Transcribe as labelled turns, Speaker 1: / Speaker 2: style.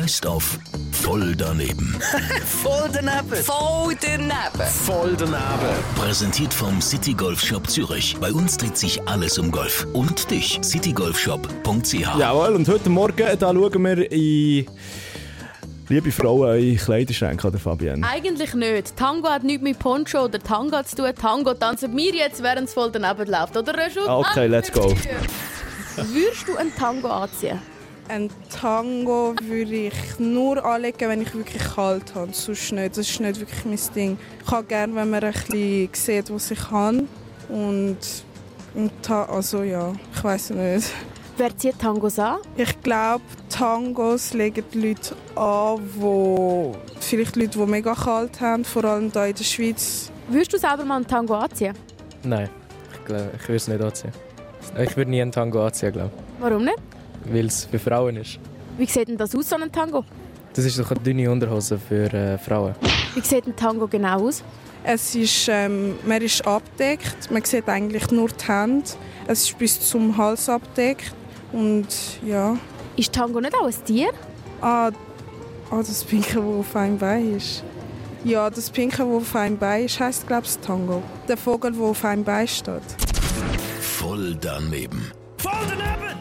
Speaker 1: heißt auf Voll daneben.
Speaker 2: Voll daneben.
Speaker 3: Voll daneben.
Speaker 2: Voll daneben.
Speaker 1: Präsentiert vom City Golf Shop Zürich. Bei uns dreht sich alles um Golf. Und dich, citygolfshop.ch.
Speaker 4: Jawohl, und heute Morgen da schauen wir in. Liebe Frauen, in Kleiderschränke, oder Fabienne?
Speaker 5: Eigentlich nicht. Tango hat nichts mit Poncho oder Tango zu tun. Tango tanzen wir jetzt, während es voll daneben läuft, oder Röschel?
Speaker 4: Ah, okay, let's go.
Speaker 5: Würdest du einen Tango anziehen?
Speaker 6: Ein Tango würde ich nur anlegen, wenn ich wirklich kalt habe. Sonst nicht. Das ist nicht wirklich mein Ding. Ich habe gerne, wenn man ein bisschen sieht, was ich habe. Und ein Ta also ja, ich weiß nicht.
Speaker 5: Wer zieht Tangos an?
Speaker 6: Ich glaube, Tangos legen die Leute an, wo vielleicht Leute, die mega kalt haben, vor allem hier in der Schweiz.
Speaker 5: Würdest du selber mal einen Tango anziehen?
Speaker 7: Nein, ich, glaub, ich würde es nicht anziehen. Ich würde nie einen Tango anziehen, glaube
Speaker 5: Warum nicht?
Speaker 7: ich, weil es für Frauen ist.
Speaker 5: Wie sieht denn das aus, so ein Tango?
Speaker 7: Das ist doch eine dünne Unterhose für äh, Frauen.
Speaker 5: Wie sieht ein Tango genau aus?
Speaker 6: Es ist, ähm, man ist abdeckt, man sieht eigentlich nur die Hände. Es ist bis zum Hals abdeckt und ja.
Speaker 5: Ist Tango nicht auch ein Tier?
Speaker 6: Ah, ah das Pinke, wo auf einem Bein ist. Ja, das Pinke, wo auf einem Bein ist, heisst, glaube ich, Tango. Der Vogel, wo auf einem Bein steht.
Speaker 1: Voll daneben.
Speaker 2: Voll daneben.